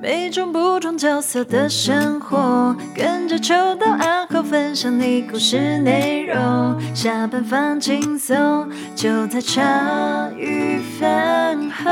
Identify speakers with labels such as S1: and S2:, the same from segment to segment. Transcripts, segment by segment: S1: 每种不同角色的生活，跟着秋到暗号分享你故事内容。下班放轻松，就在茶余饭后。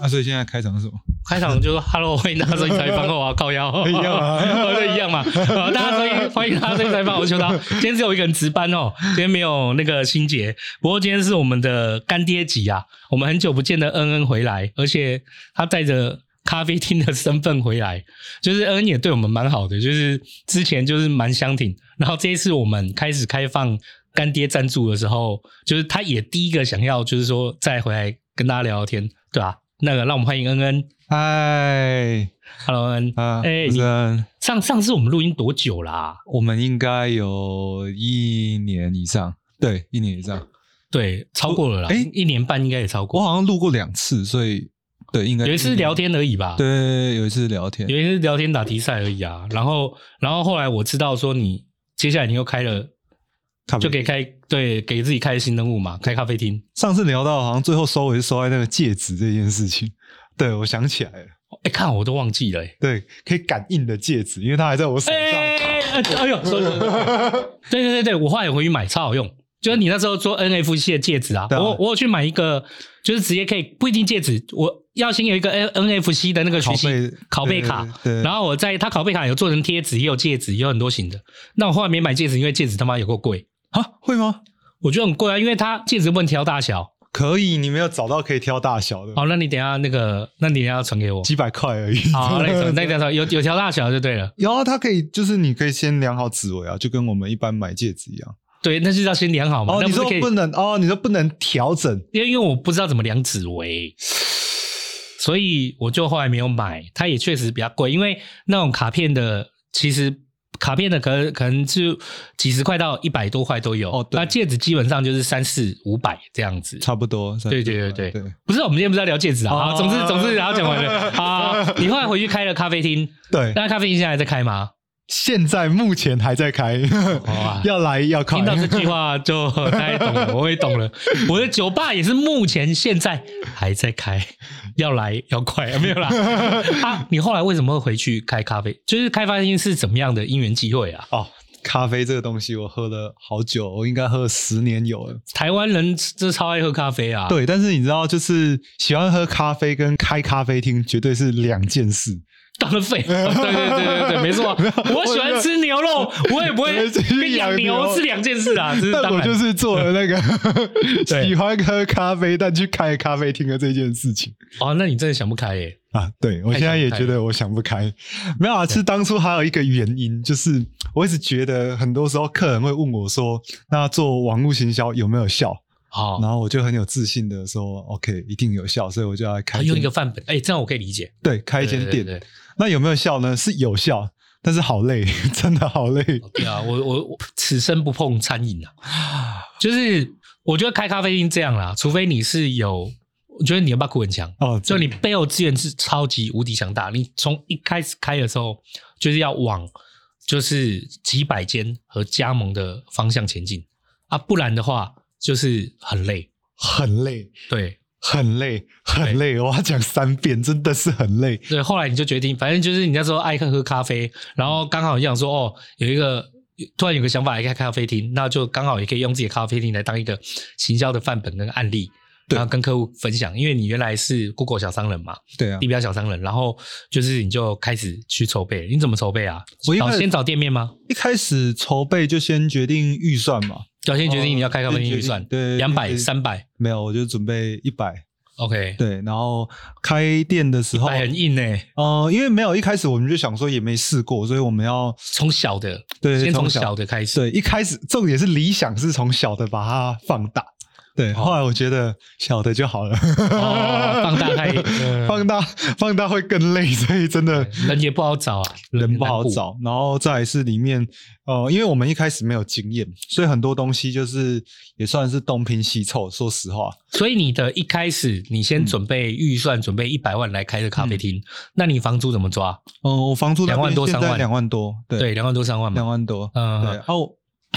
S2: 那啊所以现在开场是什么？
S3: 开场就说 “Hello，欢迎大家收听财饭后啊，靠腰， 一
S2: 样 啊
S3: 对，一样 嘛。呃大家欢迎欢迎大家收听财饭，我是秋刀。今天只有一个人值班哦，今天没有那个欣姐。不过今天是我们的干爹集啊，我们很久不见的恩恩回来，而且他带着。咖啡厅的身份回来，就是恩恩也对我们蛮好的，就是之前就是蛮相挺，然后这一次我们开始开放干爹赞助的时候，就是他也第一个想要，就是说再回来跟大家聊聊天，对吧、那个让我们欢迎恩恩。
S2: 嗨
S3: Hello，恩，
S2: 啊，
S3: 哎
S2: 主持人，
S3: 上上次我们录音多久啊啦、
S2: 我们应该有一年以上，对，一年以上。
S3: 对，超过了啦，
S2: 哎
S3: 一年半应该也超
S2: 我
S3: 过。
S2: 好像录过两次，所以对，应该
S3: 有一次聊，天而已吧，，
S2: 对，有一次聊天
S3: 有，一次聊天打题赛而已啊。然后，然后后来我知道说你接下来你又开了，
S2: 咖啡
S3: 就给开对给自己开新任务嘛，开咖啡厅。
S2: 上次聊到好像最后收尾是收在那个戒指这件事情。对，我想起来了，
S3: 哎，看我都忘记了、欸。
S2: 对，可以感应的戒指，因为它还在我手上。
S3: 哎，哎呦，说 对对对对，我后来有回去买，超好用。就是你那时候做 NFC 的戒指啊，
S2: 对啊
S3: 我我有去买一个，就是直接可以不一定戒指，我要先有一个 N NFC 的那个学习拷贝卡，
S2: 对，对
S3: 然后我在它拷贝卡有做成贴纸，也有戒指，也有很多型的。那我后来没买戒指，因为戒指他妈有够贵，
S2: 啊，会吗？
S3: 我觉得很贵啊，因为它戒指不能挑大小。
S2: 可以，你没有找到可以挑大小的，
S3: 好，那你等一下那个，那你等一下要传 给我。
S2: 几百块而已。
S3: 好，哦 那你传，那你等一下有有调大小就对了。
S2: 然后啊它可以，就是你可以先量好指围啊，就跟我们一般买戒指一样。
S3: 对，那就是要先量好嘛。
S2: 哦，
S3: 那
S2: 你
S3: 不是
S2: 说
S3: 可以
S2: 不，能哦，你说不能调整
S3: 因为因为我不知道怎么量指围，所以我就后来没有买。它也确实比较贵，因为那种卡片的其实。卡片的可能可能就几十块到一百多块都有，
S2: 哦对
S3: 那戒指基本上就是三四五百这样子，
S2: 差不多。
S3: 对对对
S2: 对
S3: 不是，我们今天不是要聊戒指啊。
S2: 哦
S3: 好，总之总之，然后讲完了。好，你后来回去开了咖啡厅，
S2: 对
S3: 那咖啡厅现在还在开吗？
S2: 现在目前还在开，
S3: 啊
S2: 要来要开
S3: 听。到这句话就大概懂了，我也懂了。我的酒吧也是目前现在还在开，要来要快，没有啦。啊，你后来为什么会回去开咖啡？就是开咖啡厅是怎么样的因缘机会啊？
S2: 哦，咖啡这个东西我喝了好久，我应该喝了十年有了。
S3: 台湾人这超爱喝咖啡啊。，
S2: 对，但是你知道，就是喜欢喝咖啡跟开咖啡厅绝对是两件事。
S3: 当然废。对哦对对对对，没 错。啊我喜欢吃牛肉，我也不会
S2: 我只是
S3: 跟养
S2: 养
S3: 牛
S2: 牛
S3: 是两件事啊。这是
S2: 但
S3: 当
S2: 我
S3: 然
S2: 就。是做了那个
S3: 对
S2: 喜欢喝咖啡但去开咖啡厅的这件事情。
S3: 哦，那你真的想不开耶、
S2: 啊，对我
S3: 太
S2: 现在
S3: 想
S2: 也
S3: 开
S2: 觉得我想不开，没有啊，是当初还有一个原因，就是我一直觉得很多时候客人会问我说，那做网络行销有没有效？
S3: 好，
S2: 然后我就很有自信的说，OK，一定有效，所以我就要开
S3: 用一
S2: 间
S3: 个范本，哎、这样我可以理解。
S2: 对开一间
S3: 对
S2: 店。
S3: 对对对
S2: 那有没有效呢？是有效，但是好累， 真的好累。
S3: 对啊，我我我此生不碰餐饮啊，就是我觉得开咖啡厅这样啦，除非你是有，我觉得你的 bug 很强，
S2: 哦，
S3: 就你背后资源是超级无敌强大，你从一开始开的时候就是要往就是几百间和加盟的方向前进啊，不然的话就是很累。
S2: 很累，
S3: 对，
S2: 很累，很累。我要讲三遍，真的是很累。
S3: 对，后来你就决定，反正就是你那时候爱喝咖啡，然后刚好你想说，哦，有一个突然有个想法来开咖啡厅，那就刚好也可以用自己的咖啡厅来当一个行销的范本跟案例，
S2: 对
S3: 然后跟客户分享。因为你原来是 Google 小商人嘛，
S2: 对啊
S3: 地，标小商人，然后就是你就开始去筹备，你怎么筹备啊？
S2: 我一
S3: 找
S2: 开始
S3: 先找店面吗？
S2: 一开始筹备就先决定预算嘛，哦
S3: 要先决定你要开咖啡
S2: 先
S3: 厅
S2: 决
S3: 预算
S2: 定，对
S3: 两百、
S2: 先决定
S3: 三百
S2: 没有，我就准备一百。
S3: ，OK，
S2: 对，然后开店的时候，
S3: 还很硬呢、
S2: 呃，因为没有一开始我们就想说也没试过，所以我们要
S3: 从小的，
S2: 对
S3: 先从
S2: 从小
S3: 小的开始，
S2: 对一开始重点是理想是从小的把它放大。对，
S3: 哦
S2: 后来我觉得小的就好了，
S3: 哦放大太
S2: 放大放大会更累，所以真的
S3: 人也不好找啊，
S2: 人不好
S3: 难顾
S2: 找。然后再来是里面，呃，因为我们一开始没有经验，所以很多东西就是也算是东拼西凑。说实话，
S3: 所以你的一开始，你先准备预算，准备一百万来开个咖啡厅，那你房租怎么抓？
S2: 嗯、我房租那
S3: 两万
S2: 边
S3: 多
S2: 现
S3: 三
S2: 在
S3: 万
S2: 两万多，
S3: 对，
S2: 对，
S3: 两万多三万
S2: 两
S3: 嘛。
S2: 万多，
S3: 嗯
S2: 对。哦，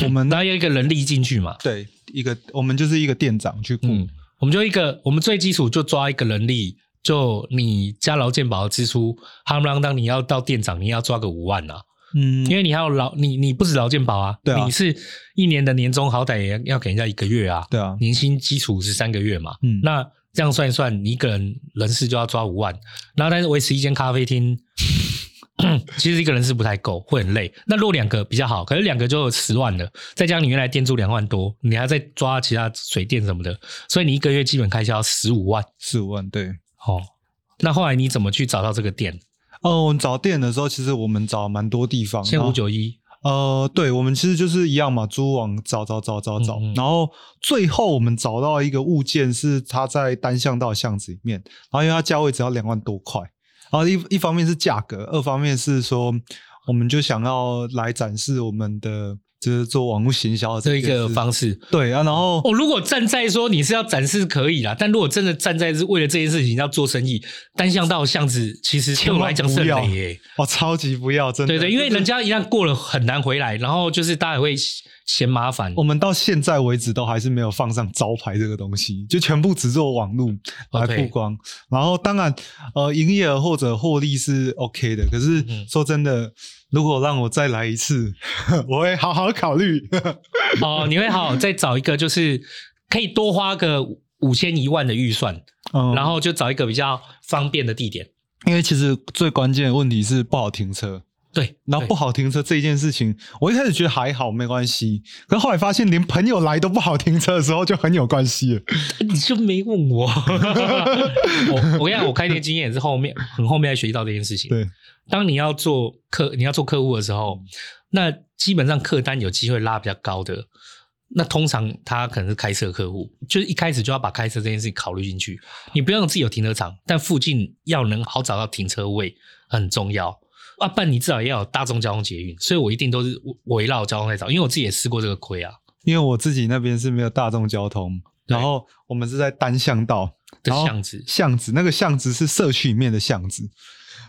S2: 我们
S3: 然后要一个人力进去嘛。
S2: 对，一个我们就是一个店长去顾，
S3: 嗯，我们就一个，我们最基础就抓一个人力就你加劳健保的支出，夯不啷当你要到店长，你要抓个五万啊，
S2: 嗯
S3: 因为你还有劳，你你不止劳健保啊，
S2: 对啊
S3: 你是一年的年终好歹也要要给人家一个月啊，
S2: 对啊，
S3: 年薪基础是三个月嘛，
S2: 嗯
S3: 那这样算一算，你一个人人事就要抓五万，然后但是维持一间咖啡厅， 其实一个人是不太够，会很累。那如果两个比较好，可是两个就有十万了，再加上你原来店租两万多，你还在抓其他水电什么的，所以你一个月基本开销十五万
S2: 四五万对。
S3: 哦。那后来你怎么去找到这个店？
S2: 哦，我们找店的时候，其实我们找蛮多地方，
S3: 先
S2: 然
S3: 五
S2: 后
S3: 九一，
S2: 呃，对，我们其实就是一样嘛，蛛网找找找找找，
S3: 嗯嗯
S2: 然后最后我们找到一个物件是它在单向道的巷子里面，然后因为它价位只要两万多块，然后一一方面是价格，二方面是说我们就想要来展示我们的就是做网络行销的
S3: 哦这一
S2: 件
S3: 个
S2: 事
S3: 方式。
S2: 对啊，然后、
S3: 哦，如果站在说你是要展示可以啦，但如果真的站在是为了这件事情要做生意，单向道巷子其实对我来讲是很
S2: 千万
S3: 累
S2: 不要
S3: 耶、
S2: 哦超级不要真的
S3: 对对，因为
S2: 就是
S3: 人家一旦过了很难回来，然后就是大家也会嫌麻烦
S2: 我。们到现在为止都还是没有放上招牌这个东西，就全部只做网络来
S3: OK
S2: 曝光。然后当然，呃，营业额或者获利是 OK 的，可是
S3: 嗯
S2: 说真的，如果让我再来一次， 我会好好考虑。
S3: 哦，你会好再找一个就是可以多花个五千一万的预算，
S2: 嗯，
S3: 然后就找一个比较方便的地点。
S2: 因为其实最关键的问题是不好停车。
S3: 对，
S2: 然后不
S3: 好
S2: 好停车这一件事情，我一开始觉得还好，没关系。可是后来发现，连朋友来都不好停车的时候，就很有关系了。
S3: 你就没问我。 我我跟你讲，我开店经验也是后面很后面才学到这件事情。
S2: 对，
S3: 当你要做客，你要做客户的时
S2: 嗯
S3: 候，那基本上客单有机会拉比较高的，那通常他可能是开车客户，就是一开始就要把开车这件事情考虑进去。你不用自己有停车场，但附近要能好找到停车位很重要。啊，不然你至少要有大众交通捷运，所以我一定都是围绕交通在找，因为我自己也吃过这个亏啊。
S2: 因为我自己那边是没有大众交通，
S3: 对
S2: 然后我们是在单向道
S3: 的
S2: 然后
S3: 巷子
S2: 巷子那个巷子是社区里面的巷子，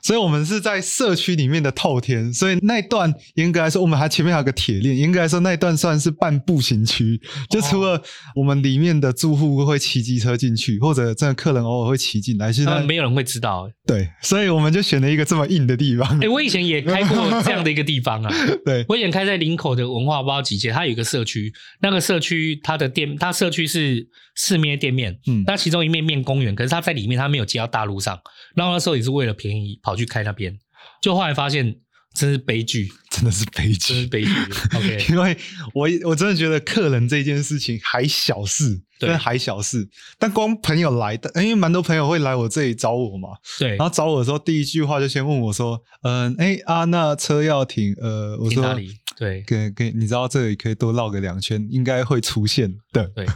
S2: 所以我们是在社区里面的透天，所以那一段严格来说，我们还前面还有个铁链，严格来说那一段算是半步行区，就
S3: 哦
S2: 除了我们里面的住户会骑机车进去，或者真的客人偶尔会骑进来，现
S3: 他
S2: 在
S3: 们嗯没有人会知道、欸。
S2: 对，所以我们就选了一个这么硬的地方，
S3: 哎、我以前也开过这样的一个地方啊。
S2: 对，
S3: 我以前开在林口的文化包集街，它有一个社区，那个社区它的店，它社区是四面店面，
S2: 嗯
S3: 那其中一面面公园，可是它在里面它没有接到大路上，然后那时候也是为了便宜跑去开那边，就后来发现真是悲剧，
S2: 真的是悲
S3: 真是
S2: 剧。
S3: 悲剧。OK，
S2: 因为我我真的觉得客人这件事情还小事，
S3: 对
S2: 真的还小事。但光朋友来的，因为蛮多朋友会来我这里找我嘛，
S3: 对
S2: 然，后找我的时候，第一句话就先问我说：“嗯，哎啊，那车要停，呃，我
S3: 听
S2: 说
S3: 哪里？对
S2: 可以可以，你知道这里可以多绕个两圈，应该会出现的。
S3: 对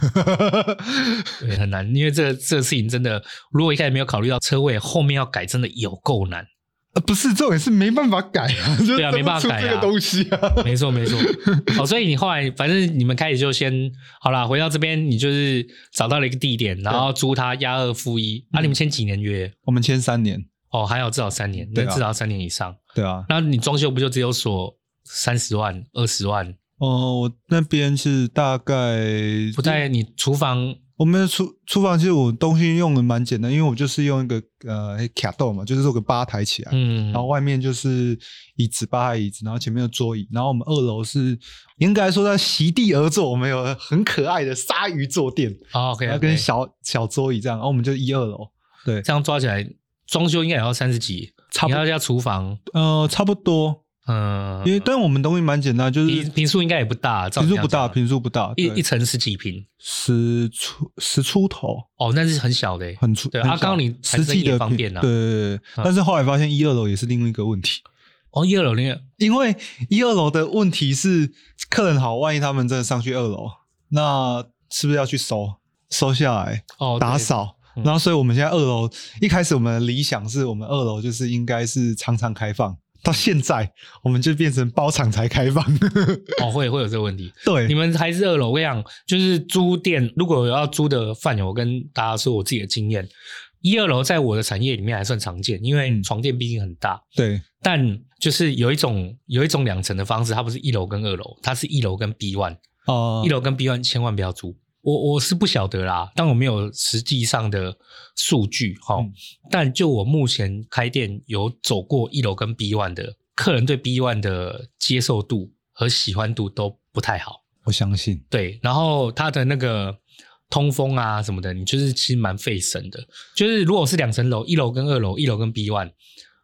S3: 对，很难，因为这这个事情真的，如果一开始没有考虑到车位，后面要改真的有够难。
S2: 呃 不是，重点是没办法改啊，就是
S3: 对啊没办法
S2: 生不
S3: 改
S2: 出这
S3: 啊
S2: 个东西啊。
S3: 没错，没错。好，所以你后来反正你们开始就先好啦，回到这边你就是找到了一个地点，然后租它押二付一。
S2: 嗯
S3: 啊，你们签几年约？
S2: 我们签三年，
S3: 哦，还有至少三年，那
S2: 对啊
S3: 至少三年以上。
S2: 对啊，
S3: 那你装修不就只有锁三十万、二十万？
S2: 哦，我那边是大概
S3: 不在你厨房
S2: 我们的厨厨房其实我东西用的蛮简单，因为我就是用一个呃卡豆嘛，就是做个吧台起来，
S3: 嗯
S2: 然后外面就是椅子吧台椅子，然后前面有桌椅，然后我们二楼是应该说在席地而坐，我们有很可爱的鲨鱼坐垫，
S3: 哦，OK，
S2: 然后跟
S3: OK
S2: 小小桌椅这样，然后我们就一二楼，对，
S3: 这样抓起来，装修应该也要三十几，
S2: 差
S3: 你
S2: 不
S3: 要加厨房，
S2: 呃差不多，
S3: 嗯，
S2: 因为但我们东西蛮简单，就是
S3: 平平数应该也不大，照
S2: 平
S3: 你
S2: 数
S3: 这样
S2: 不大，
S3: 讲
S2: 平数不大，
S3: 一
S2: 对
S3: 一层十几平，
S2: 十出十出头，
S3: 哦，那是很小的欸，
S2: 很出
S3: 对
S2: 很
S3: 啊刚
S2: 小
S3: 刚你谈
S2: 实
S3: 生意
S2: 际
S3: 也
S2: 的
S3: 方
S2: 平
S3: 便啊
S2: 对对对对，但是后来发现一二楼也是另一个问题。
S3: 哦，一二楼那个
S2: 因为一二楼的问题是客人好，万一他们真的上去二楼，那是不是要去收收下来
S3: 哦，
S2: 打
S3: 对
S2: 扫？
S3: 嗯
S2: 然后，所以我们现在二楼一开始我们的理想是我们二楼就是应该是常常开放，到现在我们就变成包场才开放。
S3: 哦，会会有这个问题。你
S2: 对，
S3: 们还是二楼，我跟你讲，就是租店，如果有要租的饭友，我跟大家说我自己的经验，一二楼在我的产业里面还算常见，因为
S2: 嗯
S3: 床垫毕竟很大，
S2: 对，
S3: 但就是有一种有一种两层的方式，它不是一楼跟二楼，它是一楼跟 B one，、
S2: 哦
S3: 一，楼跟 B one 千万不要租。我我是不晓得啦，但我没有实际上的数据哈、
S2: 嗯
S3: 但就我目前开店有走过一楼跟 B one 的客人对 B one 的接受度和喜欢度都不太好。
S2: 我相信，
S3: 对，然后它的那个通风啊什么的，你就是其实蛮费神的。就是如果是两层楼，一楼跟二楼，一楼跟 B one，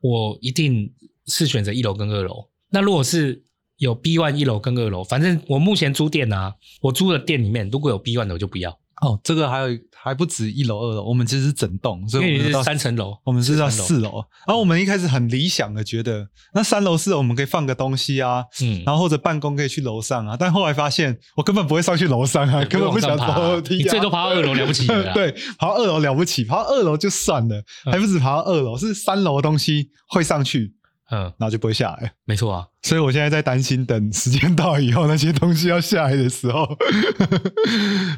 S3: 我一定是选择一楼跟二楼。那如果是有 B one 一楼跟二楼，反正我目前租店啊，我租的店里面如果有 B one 的我就不要，
S2: 哦，这个还有还不止一楼、二楼，我们其实是整栋，所
S3: 因
S2: 以我
S3: 为
S2: 们有
S3: 你是
S2: 到
S3: 三层楼，
S2: 我们是到
S3: 三楼
S2: 四楼。然后我们一开始很理想的觉得，那三楼、四楼我们可以放个东西啊，
S3: 嗯，
S2: 然后或者办公可以去楼上啊。但后来发现，我根本不会上去楼上啊，根本不想
S3: 往上爬啊
S2: 爬楼梯、啊，
S3: 你最 多爬到二楼了啊嗯不起了啦
S2: 对，爬到二楼了不起，爬到二楼就算了，还不止爬到二楼，是三楼的东西会上去，
S3: 嗯，
S2: 然后就不会下来。
S3: 没错啊，
S2: 所以我现在在担心，等时间到以后，那些东西要下来的时候，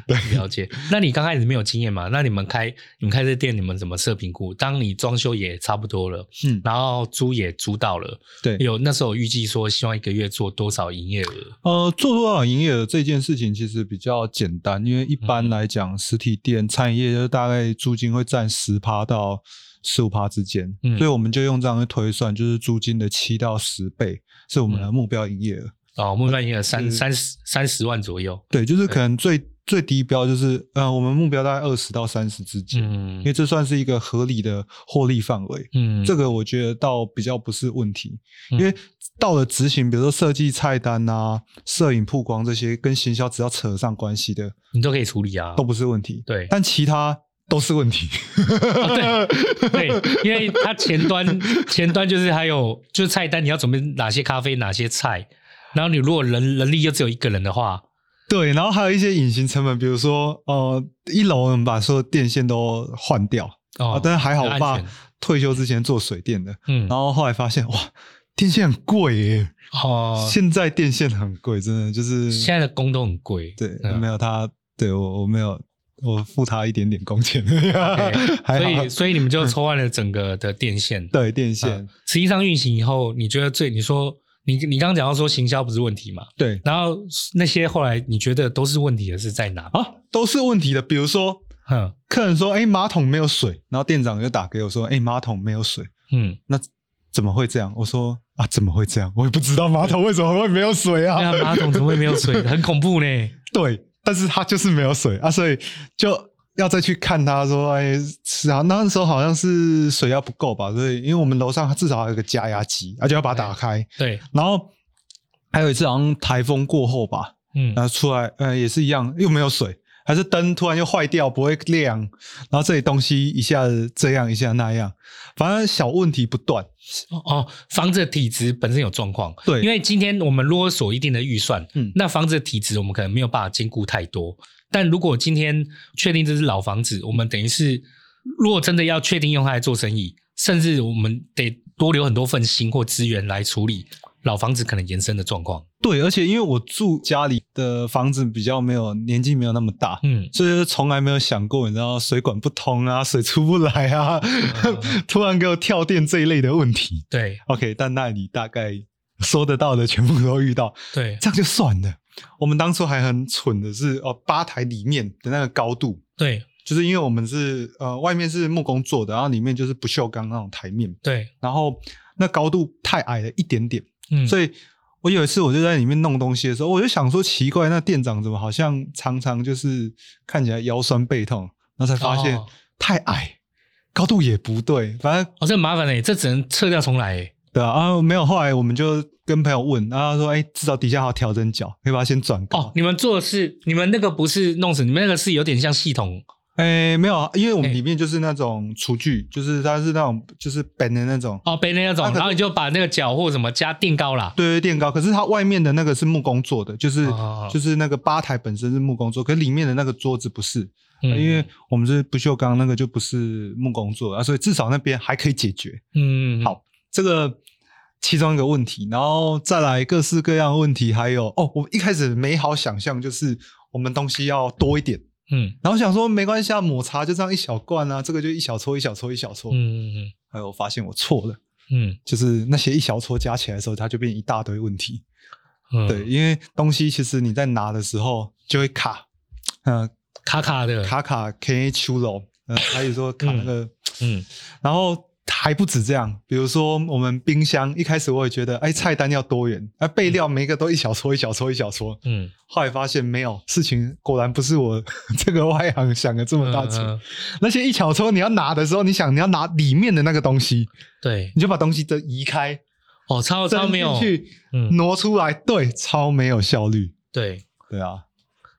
S2: 对，
S3: 了解。那你刚开始没有经验嘛？那你们开你们开这店，你们怎么设评估？当你装修也差不多了，
S2: 嗯，
S3: 然后租也租到了，
S2: 对
S3: 有那时候预计说希望一个月做多少营业额？
S2: 呃，做多少营业额这件事情其实比较简单，因为一
S3: 嗯
S2: 般来讲，实体店餐饮业就大概租金会占十趴到十五趴之间，
S3: 嗯
S2: 所以我们就用这样去推算，就是租金的七到十倍是我们
S3: 嗯
S2: 的目标营业额。
S3: 哦，目标营业额三
S2: 是
S3: 三十三十万左右。
S2: 对，就是可能最最低标就是，呃，我们目标大概二十到三十之间，
S3: 嗯
S2: 因为这算是一个合理的获利范围。
S3: 嗯
S2: 这个我觉得倒比较不是问题，
S3: 嗯
S2: 因为到了执行，比如说设计菜单啊、摄影曝光这些，跟行销只要扯上关系的，
S3: 你都可以处理啊。
S2: 都不是问题。
S3: 对
S2: 但其他都是问题。
S3: 对，因为它前端前端就是还有就是菜单，你要准备哪些咖啡，哪些菜，然后你如果人人力又只有一个人的话，
S2: 对，然后还有一些隐形成本，比如说呃，一楼我们把所有电线都换掉啊
S3: 哦，，
S2: 但是还好我
S3: 安
S2: 爸
S3: 全
S2: 退休之前做水电的，
S3: 嗯
S2: 然，后后来发现哇，电线很贵耶，
S3: 哦，
S2: 现在电线很贵，真的就是
S3: 现在的工都很贵，
S2: 对，
S3: 嗯
S2: 没有他，对我我没有，我付他一点点工钱， 还
S3: 所
S2: 好嗯
S3: 以。所以你们就抽换了整个的电线。
S2: 对电
S3: 嗯，
S2: 线，
S3: 实际上运行以后，你觉得最你说你你刚刚讲到说行销不是问题嘛？
S2: 对
S3: 然后那些后来你觉得都是问题的是在哪？
S2: 啊，都是问题的。比如说，
S3: 嗯
S2: 客人说：“哎，马桶没有水。”然后店长就打给我说：“哎，马桶没有水。
S3: 嗯，”
S2: 那怎么会这样？我说：“啊，怎么会这样？我也不知道马桶为什么会没有水啊。
S3: 那马桶怎么会没有水？很恐怖呢。”
S2: 对，但是他就是没有水啊，所以就要再去看他说：“哎，是啊，那时候好像是水压不够吧？所以因为我们楼上至少还有个加压机，啊而且要把它打开。
S3: 对，
S2: 然后还有一次好像台风过后吧，
S3: 嗯
S2: 然后出来，呃，也是一样，又没有水，还是灯突然又坏掉，不会亮，然后这里东西一下子这样一下那样，反正小问题不断。
S3: 哦，房子的体质本身有状况，
S2: 对
S3: 因为今天我们如果锁一定的预算，
S2: 嗯
S3: 那房子的体质我们可能没有办法兼顾太多。但如果今天确定这是老房子，我们等于是如果真的要确定用它来做生意，甚至我们得多留很多份心或资源来处理老房子可能延伸的状况。
S2: 对，而且因为我住家里的房子比较没有年纪没有那么大，
S3: 嗯，
S2: 所以就从来没有想过，你知道水管不通啊，水出不来啊，
S3: 嗯
S2: 突然给我跳电这一类的问题。
S3: 对
S2: OK，但那里大概说得到的全部都遇到，
S3: 对
S2: 这样就算了。我们当初还很蠢的是，哦，吧台里面的那个高度，
S3: 对
S2: 就是因为我们是呃外面是木工做的，然后里面就是不锈钢那种台面，
S3: 对，
S2: 然后那高度太矮了一点点，
S3: 嗯，
S2: 所以我有一次我就在里面弄东西的时候，我就想说奇怪，那店长怎么好像常常就是看起来腰酸背痛，然后才发现
S3: 哦
S2: 太矮，高度也不对，反正
S3: 哦，这很麻烦哎、这只能撤掉重来、欸。
S2: 对啊啊，没有。后来我们就跟朋友问，然后他说，哎，至少底下还有调整角，可以把它先转高。
S3: 哦，你们做的是你们那个不是弄死，你们那个是有点像系统
S2: 哎，没有啊，因为我们
S3: 哎
S2: 里面就是那种厨具，就是它是那种就是本的那种，
S3: 哦，背那种
S2: 啊可，是
S3: 然后你就把那个脚或什么加垫高啦。
S2: 对对，垫高。可是它外面的那个是木工做的，就是、
S3: 哦
S2: 就是那个吧台本身是木工做，可是里面的那个桌子不是，
S3: 嗯
S2: 因为我们是不锈钢，那个就不是木工做的啊，所以至少那边还可以解决。
S3: 嗯，
S2: 好这个其中一个问题，然后再来各式各样的问题，还有哦，我一开始美好想象就是我们东西要多一点，
S3: 嗯
S2: 然后想说没关系啊，抹茶就这样一小罐啊，这个就一小撮一小撮一小撮。
S3: 嗯
S2: 还有我发现我错了，
S3: 嗯
S2: 就是那些一小撮加起来的时候，它就变一大堆问题。
S3: 嗯，
S2: 对，因为东西其实你在拿的时候就会卡，嗯、
S3: 卡卡的，
S2: 卡卡 K 丘楼，嗯，还有说卡那个，
S3: 嗯，
S2: 然后还不止这样，比如说我们冰箱一开始我也觉得，哎，菜单要多元，哎，备料每一个都一小撮一小撮一小撮，
S3: 嗯，
S2: 后来发现没有，事情果然不是我 这个外行想的这么大
S3: 嗯
S2: 错
S3: 嗯。
S2: 那些一小撮你要拿的时候，你想你要拿里面的那个东西，
S3: 对，
S2: 你就把东西都移开，
S3: 哦，超超
S2: 伸
S3: 没
S2: 进
S3: 有，
S2: 去
S3: 嗯，
S2: 挪出来，对，超没有效率，
S3: 对，
S2: 对啊。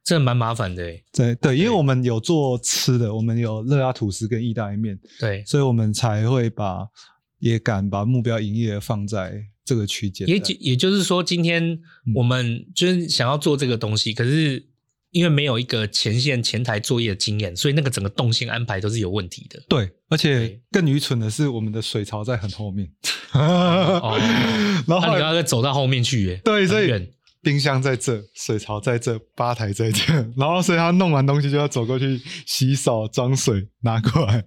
S3: 这蛮麻烦的欸，
S2: 对对，因为
S3: 对
S2: 我们有做吃的，我们有热压吐司跟意大利面，
S3: 对，
S2: 所以我们才会把也敢把目标营业额放在这个区间。
S3: 也就也就是说，今天
S2: 嗯
S3: 我们就是想要做这个东西，可是因为没有一个前线前台作业的经验，所以那个整个动线安排都是有 问题的。
S2: 对，而且
S3: 对
S2: 更愚蠢的是，我们的水槽在很后面，
S3: 哦，
S2: 然后
S3: 那
S2: 后
S3: 你
S2: 来
S3: 要再走到后面去耶，
S2: 对，
S3: 很
S2: 所以
S3: 远
S2: 冰箱在这，水槽在这，吧台在这， 然后所以他弄完东西就要走过去洗手、装水、拿过来。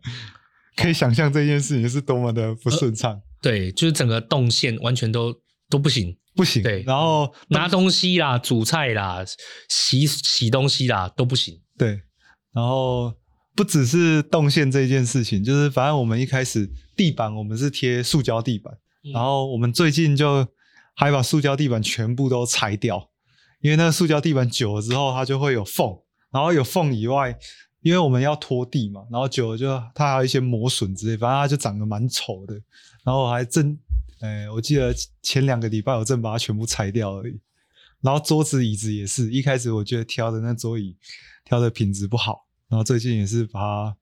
S2: 可
S3: 哦
S2: 以想象这件事情是多么的不顺
S3: 呃
S2: 畅，
S3: 对，就是整个动线完全都都不行，
S2: 不行。
S3: 对
S2: 然后
S3: 拿东西啦、煮菜啦、洗洗东西啦都不 行。
S2: 对，然后不只是动线这件事情，就是反正我们一开始地板我们是贴塑胶地板，
S3: 嗯
S2: 然后我们最近就还把塑胶地板全部都拆掉，因为那个塑胶地板久了之后它就会有缝，然后有缝以外。因为我们要拖地嘛，然后久了就它还有一些磨损之类，反正它就长得蛮丑的。然后我还正，哎，我记得前两个礼拜我正把它全部拆掉而已。然后桌子椅子也是一开始我觉得挑的那桌椅挑的品质不好，然后最近也是把它，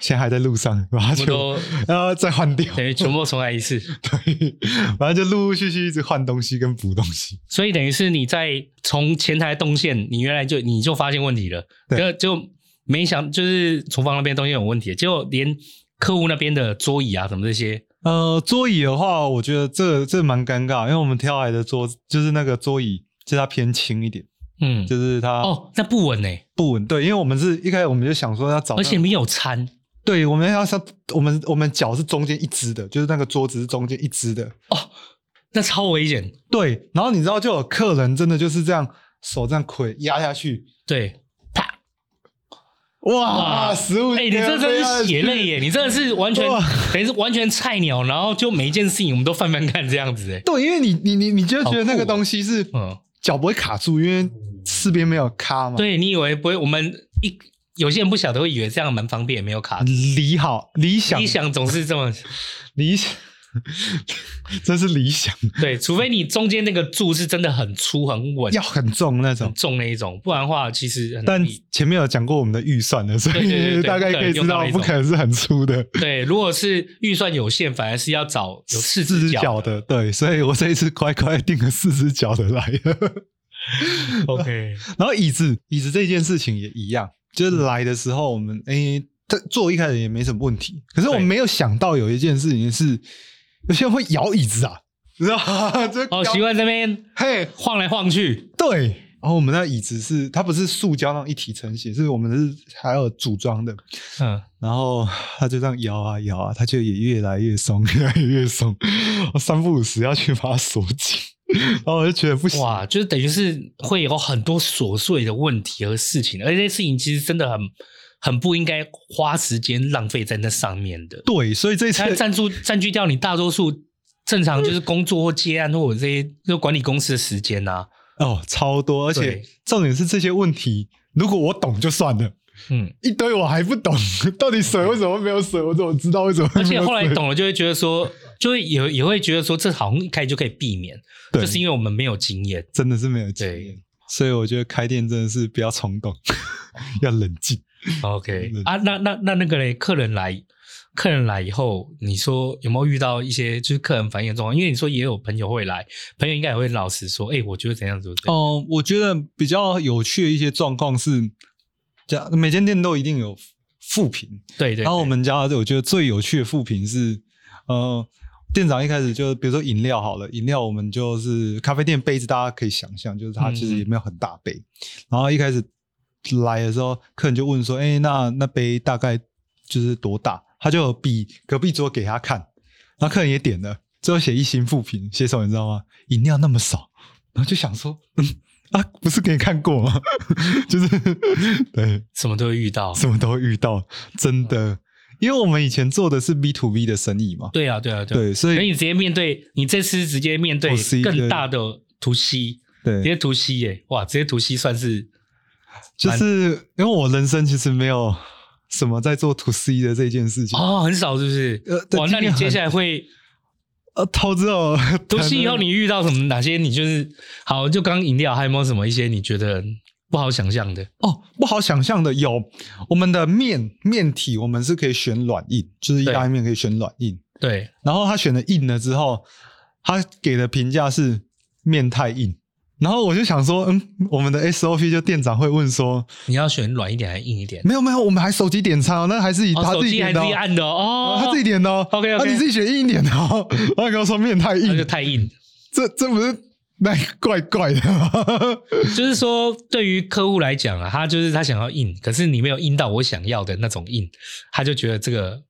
S2: 现在还在路上，把它
S3: 我
S2: 全部
S3: 都
S2: 呃再换掉，
S3: 等于全部重来一次，
S2: 对，反正就陆陆续续一直换东西跟补东西，
S3: 所以等于是你在从前台动线，你原来就你就发现问题了，
S2: 对
S3: 就就没想就是厨房那边东西有问题，结果连客户那边的桌椅啊什么这些，
S2: 呃，桌椅的话，我觉得这这蛮尴尬，因为我们挑来的桌就是那个桌椅，就是它偏轻一点，
S3: 嗯，
S2: 就是它
S3: 哦，那不稳呢、
S2: 不稳。对，因为我们是一开始我们就想说要找那
S3: 而
S2: 种，
S3: 且没有餐
S2: 对，我们要像我们我们脚是中间一只的，就是那个桌子是中间一只的，
S3: 哦，那超危险，
S2: 对。然后你知道，就有客人真的就是这样手这样腿压下去，
S3: 对，啪，
S2: 哇，食物
S3: 哎、你这真是血泪
S2: 耶！
S3: 耶，你真的是完全
S2: 啊哇
S3: 等于是完全菜鸟，然后就每一件事情我们都翻翻看这样子哎、
S2: 对，因为你你你你就觉得那
S3: 好酷
S2: 个
S3: 哦
S2: 东西是
S3: 嗯，
S2: 脚不会卡住，因为四边没有卡嘛。
S3: 对你以为不会，我们一有些人不晓得会以为这样蛮方便，没有卡。
S2: 理好理想
S3: 理想总是这么
S2: 理想，这是理想，
S3: 对，除非你中间那个柱是真的很粗很稳
S2: 要很重那
S3: 很
S2: 种。
S3: 重那一种，不然的话其实很
S2: 但
S3: 容易
S2: 前面有讲过我们的预算了，所
S3: 对对
S2: 以
S3: 对 对
S2: 大概可以知道不
S3: 不
S2: 可
S3: 可
S2: 能是很粗的，
S3: 对，如果是预算有限，反而是要找有四
S2: 四只
S3: 只
S2: 脚的。
S3: 的。
S2: 对，所以我这一次乖乖定了四只脚的来了。
S3: OK，
S2: 然后椅子，椅子这件事情也一样，就是来的时候我们诶，他做一开始也没什么问题，可是我
S3: 嗯对
S2: 没有想到有一件事情是，有些人会摇椅子啊，你知道吗？ 这
S3: 哦，
S2: 摇
S3: 习惯这边
S2: 嘿，
S3: 晃来晃去，
S2: 对。然后我们那椅子是它不是塑胶那种一体成型，是我们是还有组装的。
S3: 嗯，
S2: 然后它就这样摇啊摇啊，它就也越来越松， 越来越松。我三不五时要去把它锁紧，然后我就觉得不行，
S3: 哇，就是等于是会有很多琐碎的问题和事情，而这些事情其实真的很很不应该花时间浪费在那上面的。
S2: 对，所以这一次
S3: 它占住占据掉你大多数正常就是工作或接案或者这些就管理公司的时间啊呐、
S2: 哦，超多，而且
S3: 对
S2: 重点是这些问题，如果我懂就算了，
S3: 嗯，
S2: 一堆我还不懂，到底水为什么没有水？我怎么知道为什么没
S3: 而
S2: 有水？
S3: 且后来懂了，就会觉得说，就会也也会觉得说，这好像一开始就可以避免，
S2: 对，
S3: 就是因为我们没有经验。
S2: 真的是没有经验
S3: 对，
S2: 所以我觉得开店真的是不要冲动， 要冷静。
S3: OK
S2: 嗯
S3: 啊，那那那那个嘞，客人来，客人来以后，你说有没有遇到一些就是客人反应的状况？因为你说也有朋友会来，朋友应该也会老实说，哎、我觉得怎样怎么怎样。
S2: 哦、我觉得比较有趣的一些状况是，这样每间店都一定有负评，
S3: 对对对，
S2: 然后我们家我觉得最有趣的副品是，呃，店长一开始就比如说饮料好了，饮料我们就是咖啡店杯子，大家可以想象，就是它
S3: 嗯
S2: 其实也没有很大杯。然后一开始来的时候，客人就问说：“哎、那那杯大概就是多大？”他就有比隔壁桌给他看，然后客人也点了，最后写一星副评，写什么你知道吗？饮料那么少，然后就想说，嗯，啊，不是给你看过吗？ 就是对，
S3: 什么都会遇到。
S2: 什么都会遇到，真的。因为我们以前做的是 B to B 的生意嘛，
S3: 对啊，对啊，对啊。
S2: 对，所
S3: 所以
S2: 以
S3: 你直接面对，你这次直接面对
S2: 哦，C，
S3: 更
S2: 对
S3: 大的图西，
S2: 对，
S3: 直接图西耶，哇，直接图西算是
S2: 就是因为我人生其实没有什么在做 to C 的这件事情，
S3: 哦，很少是不是？
S2: 呃对
S3: 哇，
S2: 今
S3: 那你
S2: 年
S3: 接
S2: 很
S3: 下来会
S2: 呃，投资哦，
S3: 读戏以后，
S2: 谈了
S3: 你遇到什么哪些？你就是好，就刚饮料，还有没有什么一些你觉得不好想象的？
S2: 哦，不好想象的有我们的面面体，我们是可以选软硬，就是意
S3: 对
S2: 大利面可以选软硬，
S3: 对，
S2: 然后他选了硬了之后，他给的评价是面太硬。然后我就想说，嗯，我们的 SOP 就店长会问说，
S3: 你要选软一点还是硬一点？
S2: 没有没有，我们还手机点餐哦，那还是以
S3: 哦
S2: 他
S3: 手
S2: 自己
S3: 机还
S2: 点
S3: 是
S2: 的
S3: 自己
S2: 哦，
S3: 按的哦，
S2: 哦他自己点的哦
S3: OK，OK
S2: 啊你自己选硬一点的哦。然后跟我说面太
S3: 那就
S2: 硬，
S3: 太硬。
S2: 这这不是那怪怪的 吗？
S3: 就是说，对于客户来讲啊，他就是他想要硬，可是你没有硬到我想要的那种硬，他就觉得这个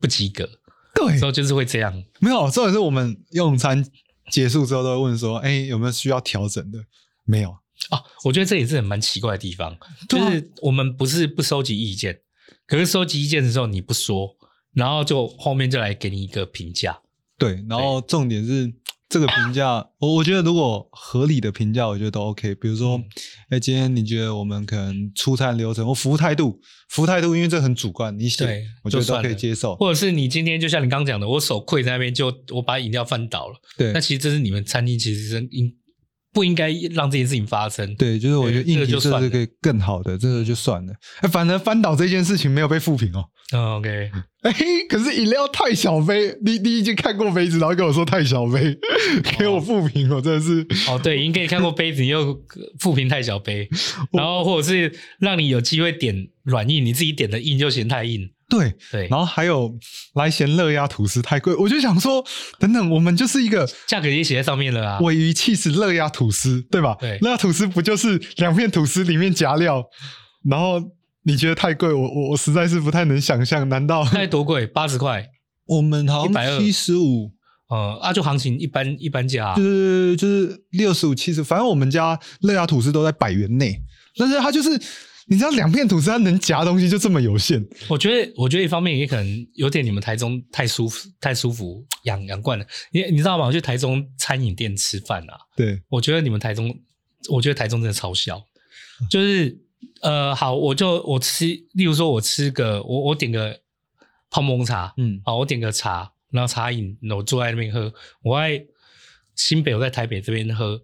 S3: 不及格，
S2: 对
S3: 之，后就是会这样。
S2: 没有，重点是我们用餐结束之后都会问说，哎，有没有需要调整的？没有，
S3: 哦，我觉得这也是很蛮奇怪的地方，
S2: 对
S3: 就
S2: 啊
S3: 是我们不是不收集意见，可是收集意见的时候你不说，然后就后面就来给你一个评价。
S2: 对，然后重点是这个评价，我我觉得如果合理的评价，我觉得都 OK。比如说
S3: 嗯，
S2: 哎、今天你觉得我们可能出餐流程或服务态度，服务态度因为这很主观，你
S3: 对
S2: 写我觉
S3: 就
S2: 得都
S3: 算
S2: 可以
S3: 了
S2: 接受。
S3: 或者是你今天就像你刚刚讲的，我手跪在那边就我把饮料翻倒了，
S2: 对
S3: 那其实这是你们餐厅其实是应不应该让这件事情发生？，
S2: 对，就是我觉得
S3: 对这
S2: 硬
S3: 个
S2: 体
S3: 就
S2: 设
S3: 算
S2: 施
S3: 了
S2: 可以更好的，这个就算了。哎、反而翻倒这件事情没有被负评哦。
S3: 嗯，OK，
S2: 哎、可是饮料太小杯，你你已经看过杯子，然后跟我说太小杯，给我负评，我真的是
S3: 哦，对，应该看过杯子，你又负评太 小杯，然后或者是让你有机会点软硬，你自己点的硬就嫌太硬，
S2: 对。
S3: 对，
S2: 然后还有来咸热压吐司太贵，我就想说，等等，我们就是一个
S3: 价格也写在上面了啊，
S2: 尾鱼气死热压吐司，对吧？
S3: 对
S2: 热压吐司不就是两片吐司里面夹料，然后你觉得太贵，我我我实在是不太能想象。难 道
S3: 那多贵，八十块，
S2: 我们好
S3: 120
S2: 十五，
S3: 呃，啊，就行情一般一般价啊、
S2: 就是就是六十五、七十，反正我们家热压吐司都在百元内，但是它就是你知道两片吐司它能夹东西就这么有限，
S3: 我觉得，我觉得一方面也可能有点你们台中太舒服，太舒服养养惯了。你你知道吗？我去台中餐饮店吃饭啊，
S2: 对
S3: 我觉得你们台中，我觉得台中真的超小，就是呃，好，我就我吃，例如说我吃个我我点个泡沫红茶，
S2: 嗯
S3: 好，我点个茶，然后茶饮，然后我坐在那边喝。我在新北，我在台北这边喝，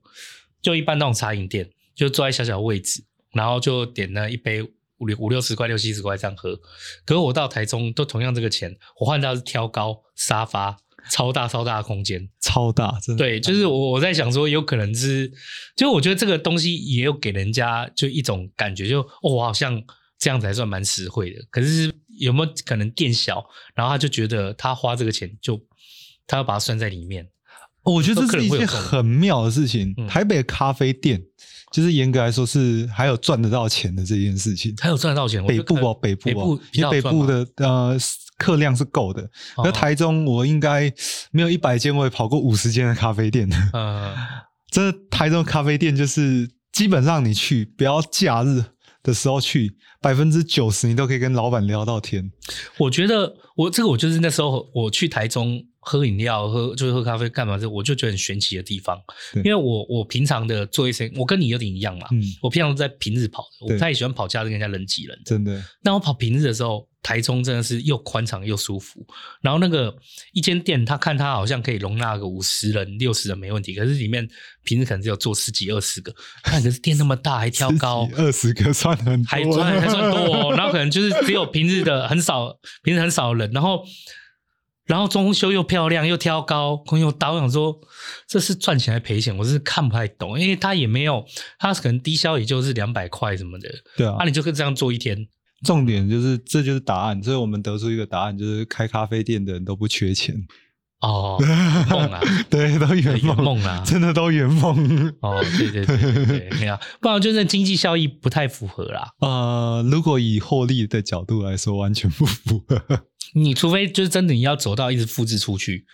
S3: 就一般那种茶饮店，就坐在小小位置，然后就点了一杯五六五六十块、六七十块这样喝。可是我到台中都同样这个钱，我换到是挑高沙发，超大超大的空间。
S2: 超大，真的
S3: 对，就是我我在想说，有可能是，就我觉得这个东西也有给人家就一种感觉就，哦，我好像这样子还算蛮实惠的。可是有没有可能店小，然后他就觉得他花这个钱就他要把它算在里面？
S2: 哦我觉得
S3: 都
S2: 这
S3: 可
S2: 是
S3: 能
S2: 一
S3: 会
S2: 件
S3: 有这种
S2: 很妙的事情。
S3: 嗯
S2: 台北咖啡店，就是严格来说是还有赚得到钱的这件事情。
S3: 他有赚得到钱？我
S2: 北
S3: 就
S2: 部
S3: 看
S2: 哦，北部
S3: 北
S2: 哦
S3: 部，比
S2: 因
S3: 较
S2: 为北
S3: 赚
S2: 部
S3: 吧，
S2: 的呃客量是够的。而
S3: 哦
S2: 台中，我应该没有一百间，我也跑过五十间的咖啡店。
S3: 呃，
S2: 这台中咖啡店就是基本上你去，不要假日的时候去，百分之九十你都可以跟老板聊到天。
S3: 我觉得我这个我就是那时候我去台中喝饮料、喝就是喝咖啡干嘛这，我就觉得很神奇的地方，
S2: 对
S3: 因为我我平常的做一些，我跟你有点一样嘛，
S2: 嗯，
S3: 我平常都在平日跑的，我
S2: 对
S3: 不太喜欢跑假日跟人家人挤人的。
S2: 真的，
S3: 但我跑平日的时候，台中真的是又宽敞又舒服。然后那个一间店，他看他好像可以容纳个五十人、六十人没问题，可是里面平日可能只有坐十几、二十个。看可是店那么大，还挑高，
S2: 二十个算很多，
S3: 还算还算多哦。然后可能就是只有平日的很少，平日很少人。然后然后装修又漂亮，又挑高，空又大。我想说，这是赚钱还赔钱，我是看不太懂，因为他也没有，他可能低消也就是两百块什么的，
S2: 对啊
S3: 啊，，你就跟这样做一天。
S2: 重点就是，这就是答案，所以我们得出一个答案，就是开咖啡店的人都不缺钱，
S3: 哦，圆梦 啊，
S2: 对，都圆
S3: 对圆
S2: 梦，
S3: 梦啊，
S2: 真的都圆梦。
S3: 哦，对对对对对，对啊，不然就是经济效益不太符合啦。
S2: 呃，如果以获利的角度来说，完全不符合。
S3: 你除非就是真的你要走到一直复制出去，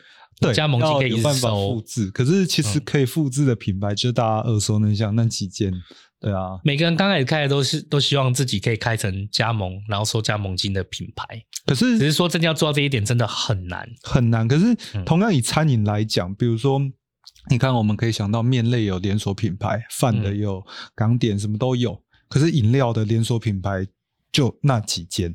S2: 对，
S3: 加盟机
S2: 要
S3: 可以一
S2: 有
S3: 直
S2: 办法复
S3: 收，
S2: 制。可是其实
S3: 嗯
S2: 可以复制的品牌，就是大家耳熟能详那几间。对啊，
S3: 每个人刚开始开的都是都希望自己可以开成加盟，然后收加盟金的品牌，
S2: 可是
S3: 只是说真的要做到这一点真的很难。
S2: 很难。可是
S3: 嗯
S2: 同样以餐饮来讲，比如说，你看我们可以想到面类有连锁品牌，饭的
S3: 嗯
S2: 有港点，什么都有。可是饮料的连锁品牌就那几间。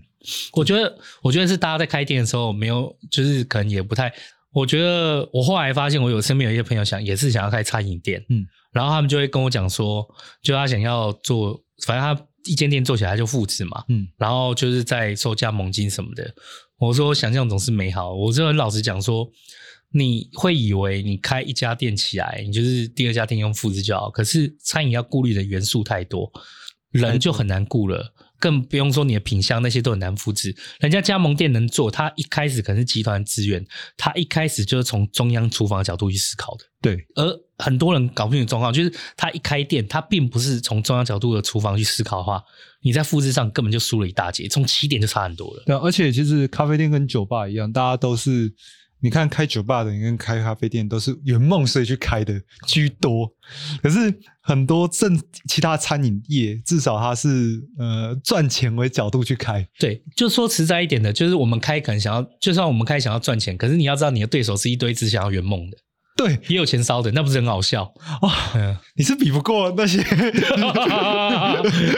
S3: 我觉得，我觉得是大家在开店的时候没有，就是可能也不太。我觉得我后来发现，我有身边有一些朋友想也是想要开餐饮店，
S2: 嗯
S3: 嗯，然后他们就会跟我讲说，就他想要做，反正他一间店做起来他就复制嘛，
S2: 嗯，
S3: 然后就是在收加盟金什么的。我说想象总是美好，我就很老实讲说，你会以为你开一家店起来，你就是第二家店用复制就好，可是餐饮要顾虑的元素太多，人就很难顾了。更不用说你的品相那些都很难复制，人家加盟店能做，他一开始可能是集团资源，他一开始就是从中央厨房的角度去思考的。
S2: 对，
S3: 而很多人搞不清楚状况，就是他一开店，他并不是从中央角度的厨房去思考的话，你在复制上根本就输了一大截，从起点就差很多了。
S2: 对啊、而且其实咖啡店跟酒吧一样，大家都是。你看开酒吧的人跟开咖啡店都是圆梦所以去开的居多，可是很多正其他餐饮业至少它是呃赚钱为角度去开，
S3: 对，就说实在一点的，就是我们开可能想要，就算我们开想要赚钱，可是你要知道你的对手是一堆只想要圆梦的，
S2: 对
S3: 也有钱烧的，那不是很好笑？
S2: 哇，
S3: 嗯，
S2: 你是比不过那些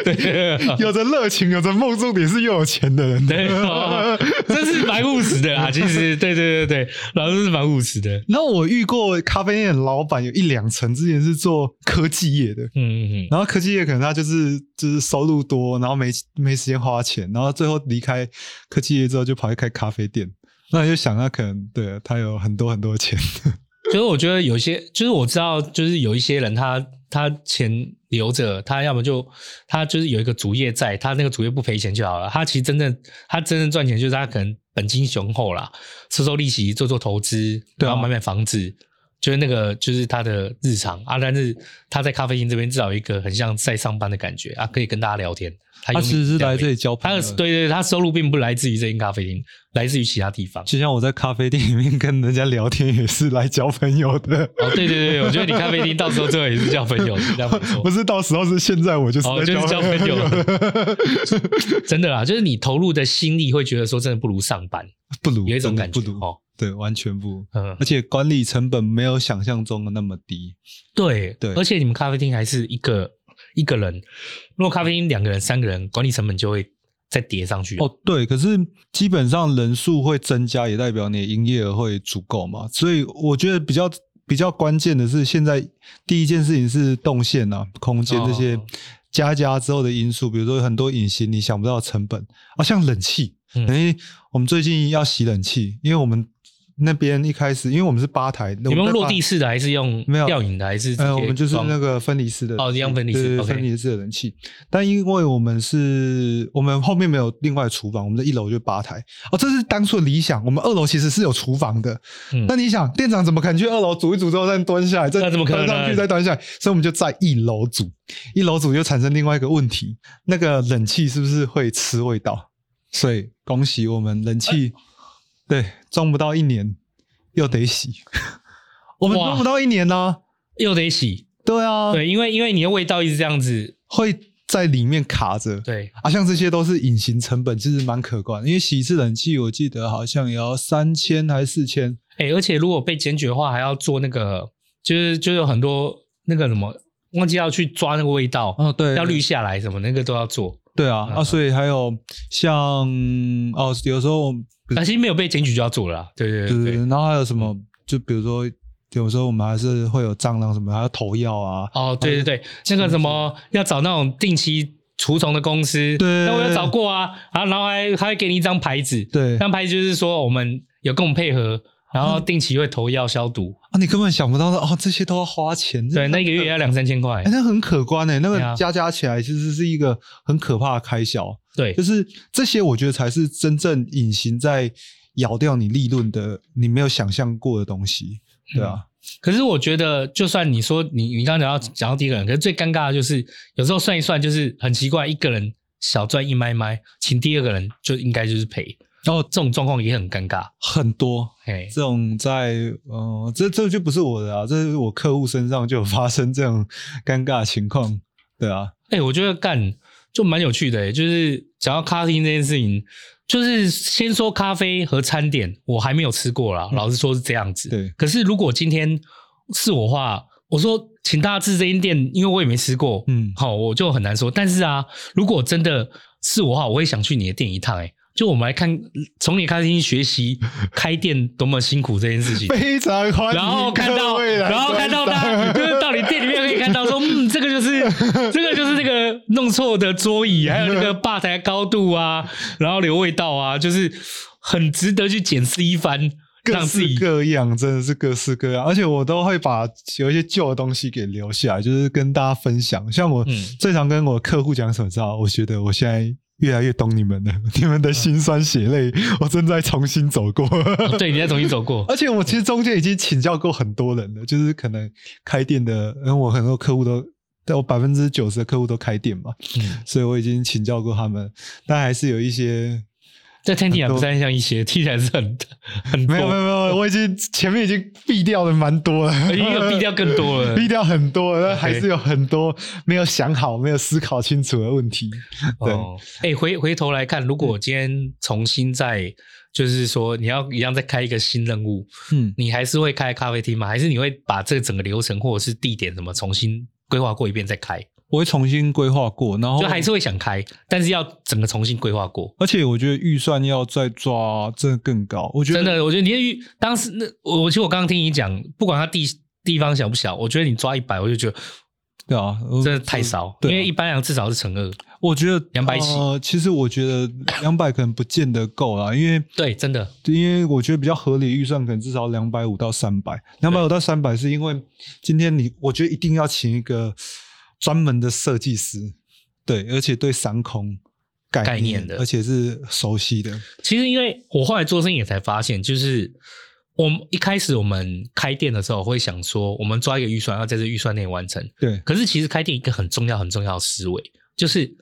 S3: 对，
S2: 有着热情、有着梦，重点是又有钱的人。
S3: 对，哦真是蛮务实的啦。其实，对对对对，老师是蛮务实的。
S2: 然后我遇过咖啡店的老板有一两层之前是做科技业的，
S3: 嗯嗯嗯，
S2: 然后科技业可能他就是就是收入多，然后没没时间花钱，然后最后离开科技业之后就跑去开咖啡店。那你就想，他可能对他有很多很多钱，
S3: 就是我觉得有些，就是我知道，就是有一些人他他钱留着，他要么就他就是有一个主业在，他那个主业不赔钱就好了。他其实真正他真正赚钱就是他可能本金雄厚啦，收收利息，做做投资，
S2: 对啊
S3: 然后买买房子。就是那个，就是他的日常啊，但是他在咖啡厅这边至少有一个很像在上班的感觉啊，可以跟大家聊天。他
S2: 他
S3: 永
S2: 其
S3: 远
S2: 实是
S3: 这样
S2: 来
S3: 而
S2: 这呃
S3: 已
S2: 里交朋
S3: 他
S2: 友
S3: 的。对对，他收入并不来自于这间咖啡厅，来自于其他地方。
S2: 就像我在咖啡店里面跟人家聊天，也是来交朋友的。
S3: 哦，对对对，我觉得你咖啡厅到时候最后也是交朋友，这样不错
S2: 不。是到时候是现在我就是
S3: 哦
S2: 在
S3: 就是交朋友真的啦，就是你投入的心力会觉得说真的不如上班，
S2: 不如
S3: 有一种
S2: 真的
S3: 感觉
S2: 不如
S3: 哦。
S2: 对，完全不如。
S3: 嗯
S2: 而，且管理成本没有想象中的那么低。
S3: 对
S2: 对
S3: 而且你们咖啡厅还是一个一个人，如果咖啡厅两个人、三个人，管理成本就会再叠上去。
S2: 哦，对，可是基本上人数会增加，也代表你的营业额会足够嘛。所以我觉得比较比较关键的是，现在第一件事情是动线啊、空间这些
S3: 哦
S2: 加加之后的因素，比如说很多隐形你想不到的成本啊，像冷气，
S3: 嗯
S2: 冷气我们最近要洗冷气，因为我们那边一开始，因为我们是吧台，你
S3: 你们用落地式的还是用
S2: 没有
S3: 吊影的，还是直
S2: 呃，
S3: 接
S2: 我们就是
S3: 装
S2: 那个分离式的
S3: 哦
S2: 冷气
S3: 用分离式
S2: 对对对
S3: OK
S2: 分离式的冷气。但因为我们是，我们后面没有另外的厨房，我们的一楼就是吧台。哦，这是当初的理想。我们二楼其实是有厨房的。
S3: 嗯
S2: 那你想，店长怎么可能去二楼煮一煮之后再端下来，再
S3: 那怎么可能啊
S2: 端上去再端下来？所以我们就在一楼煮，一楼煮就产生另外一个问题，那个冷气是不是会吃味道？所以恭喜我们冷
S3: 哎
S2: 气，对，装不到一年又得洗。 我们
S3: 哇
S2: 装不到一年呢、
S3: 又得洗，
S2: 对啊，
S3: 对，因为因为你的味道一直这样子，
S2: 会在里面卡着。
S3: 对，
S2: 啊，像这些都是隐形成本，其实蛮可观的。因为洗一次冷气，我记得好像也要三千还是四千。
S3: 哎、而且如果被检举的话，还要做那个，就是就有很多那个什么，忘记要去抓那个味道，
S2: 哦，对
S3: 要滤下来什么，那个都要做。
S2: 对啊，
S3: 嗯
S2: 啊，所以还有像哦，有时候
S3: 那其实没有被检举就要做了啦，对对
S2: 对
S3: 对
S2: 对，嗯
S3: 对。
S2: 然后还有什么，就比如说有时候我们还是会有蟑螂什么，还要投药啊。
S3: 哦，对对对，那个什么要找那种定期除虫的公司，
S2: 对
S3: 那我有找过啊，啊，然后还还会给你一张牌子，
S2: 对
S3: 那张牌子就是说我们有跟我们配合，然
S2: 哦
S3: 后定期会投药消毒，
S2: 啊，你根本想不到的哦，这些都要花钱。
S3: 对，那一个月也要两三千块
S2: 哎，，那很可观诶，那
S3: 对啊
S2: 个加加起来其实是一个很可怕的开销。
S3: 对
S2: 就，是这些，我觉得才是真正隐形在咬掉你利润的，你没有想象过的东西，对
S3: 嗯
S2: 啊，
S3: 可是我觉得，就算你说你你刚刚讲到讲到第一个人，可是最尴尬的就是有时候算一算，就是很奇怪，一个人小赚一麦麦，请第二个人就应该就是赔，哦，这种状况也很尴尬。
S2: 很多
S3: 嘿，
S2: 这种在呃，这这就不是我的啊，这是我客户身上就有发生这种尴尬的情况，对啊，
S3: 哎、我觉得干就蛮有趣的、欸，就是讲到咖啡这件事情，就是先说咖啡和餐点，我还没有吃过啦，老实说是这样子。
S2: 对
S3: 可是如果今天是我话，我说请大家吃这间店，因为我也没吃过，
S2: 嗯
S3: 好，我就很难说。但是啊，如果真的是我的话，我会想去你的店一趟、欸，就我们来看，从你咖啡厅学习开店多么辛苦这 件事情。
S2: 非常欢迎，
S3: 然后看到，然后看到他，就是到你店里面可以看 到说，嗯，这个就是这个就是那个弄错的桌 椅，还有那个吧台高度啊，然后留味道啊，就是很值得去检视一番，
S2: 各
S3: 让自
S2: 式
S3: 己
S2: 各样，真的是各式各样，而且我都会把有一些旧的东西给留下来，就是跟大家分享。像我
S3: 嗯
S2: 最常跟我客户讲什么，知道？我觉得我现在越来越懂你们了， 你们的辛酸血泪， 我正在重新走过。
S3: 哦对，你再重新走过，
S2: 而且我其实中间已经请教过很多人了，就是可能开店的，因为我很多客户都，但我百分之九十的客户都开店嘛，
S3: 嗯
S2: 所以我已经请教过他们，但还是有一些
S3: 这听起来不太像一些，听起来是很很
S2: 没有没有
S3: 多，
S2: 没有，我已经前面已经避掉的蛮多了，
S3: 一哎个避掉更多 了
S2: 避掉很多了，但
S3: OK
S2: 还是有很多没有想好、没有思考清楚的问题。对，
S3: 哦，哎、回回头来看，如果我今天重新再就是说你要一样再开一个新任务，
S2: 嗯，
S3: 你还是会开咖啡厅吗？还是你会把这个整个流程或者是地点什么重新规划过一遍再开？
S2: 我会重新规划过，然后
S3: 就还是会想开，但是要整个重新规划过。
S2: 而且我觉得预算要再抓，真的更高。我觉
S3: 真的，我觉得你的预当时那我其实我刚刚听你讲，不管它地地方小不小，我觉得你抓一百，我就觉得
S2: 对啊，
S3: 真的太少，
S2: 对啊
S3: 因为一般人至少是乘二。
S2: 我觉得
S3: 200起
S2: 呃，其实我觉得两百可能不见得够啦，因为
S3: 对，真的，
S2: 因为我觉得比较合理预算可能至少两百五到三百，两百五到三百是因为今天你我觉得一定要请一个专门的设计师，对，而且对商空概念
S3: 概念的
S2: 而且是熟悉的，
S3: 其实因为我后来做生意也才发现，就是我们一开始我们开店的时候会想说，我们抓一个预算，要在这预算内完成。
S2: 对，
S3: 可是其实开店一个很重要、很重要的思维，就是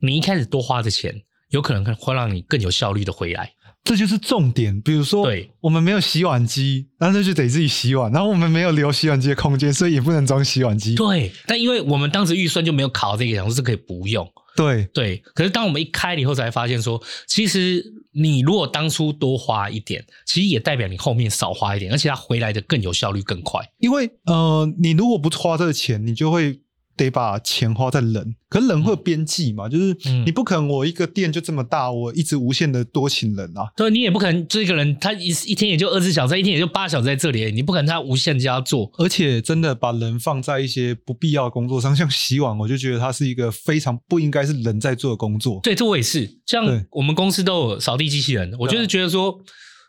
S3: 你一开始多花的钱，有可能会让你更有效率的回来。
S2: 这就是重点。比如说，
S3: 对，
S2: 我们没有洗碗机，那这就得自己洗碗，然后我们没有留洗碗机的空间，所以也不能装洗碗机。
S3: 对，但因为我们当时预算就没有考这个，想说这可以不用。
S2: 对，
S3: 对，可是当我们一开了以后，才发现说，其实你如果当初多花一点，其实也代表你后面少花一点，而且它回来的更有效率、更快。
S2: 因为呃，你如果不花这个钱，你就会得把钱花在人，可是人会有边际嘛，就是
S3: 嗯
S2: 你不可能我一个店就这么大，我一直无限的多请人啊。
S3: 对，你也不可能这个人他一一天也就二十四小时，一天也就八小时在这里，你不可能他无限加做。
S2: 而且真的把人放在一些不必要的工作上，像洗碗，我就觉得它是一个非常不应该是人在做的工作。
S3: 对，这我也是。像
S2: 对
S3: 我们公司都有扫地机器人，我
S2: 对啊
S3: 就是觉得说，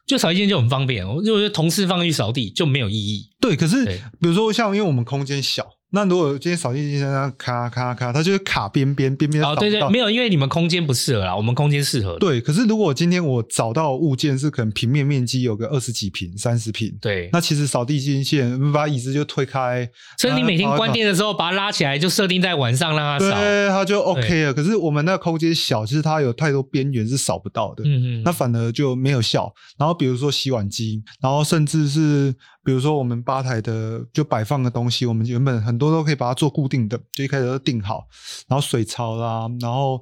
S3: 就扫地机器人就很方便。我就觉得同事放去扫地就没有意义。
S2: 对，可是
S3: 对
S2: 比如说像因为我们空间小，那如果今天扫地机器人它咔咔咔，它就会卡边边，边边扫
S3: 哦，
S2: 不
S3: 对对，
S2: 到。
S3: 没有，因为你们空间不适合啦，我们空间适合。
S2: 对，可是如果今天我找到物件是可能平面面积有个二十几平、三十平，
S3: 对，
S2: 那其实扫地机器人把椅子就推开，
S3: 所以你每天
S2: 然后
S3: 关店的时候把它拉起来，就设定在晚上让它扫。
S2: 对，它就 OK 了。可是我们那个空间小，其实它有太多边缘是扫不到的。
S3: 嗯嗯，
S2: 那反而就没有效。然后比如说洗碗机，然后甚至是比如说我们吧台的就摆放的东西，我们原本很多都可以把它做固定的，就一开始都定好。然后水槽啦，然后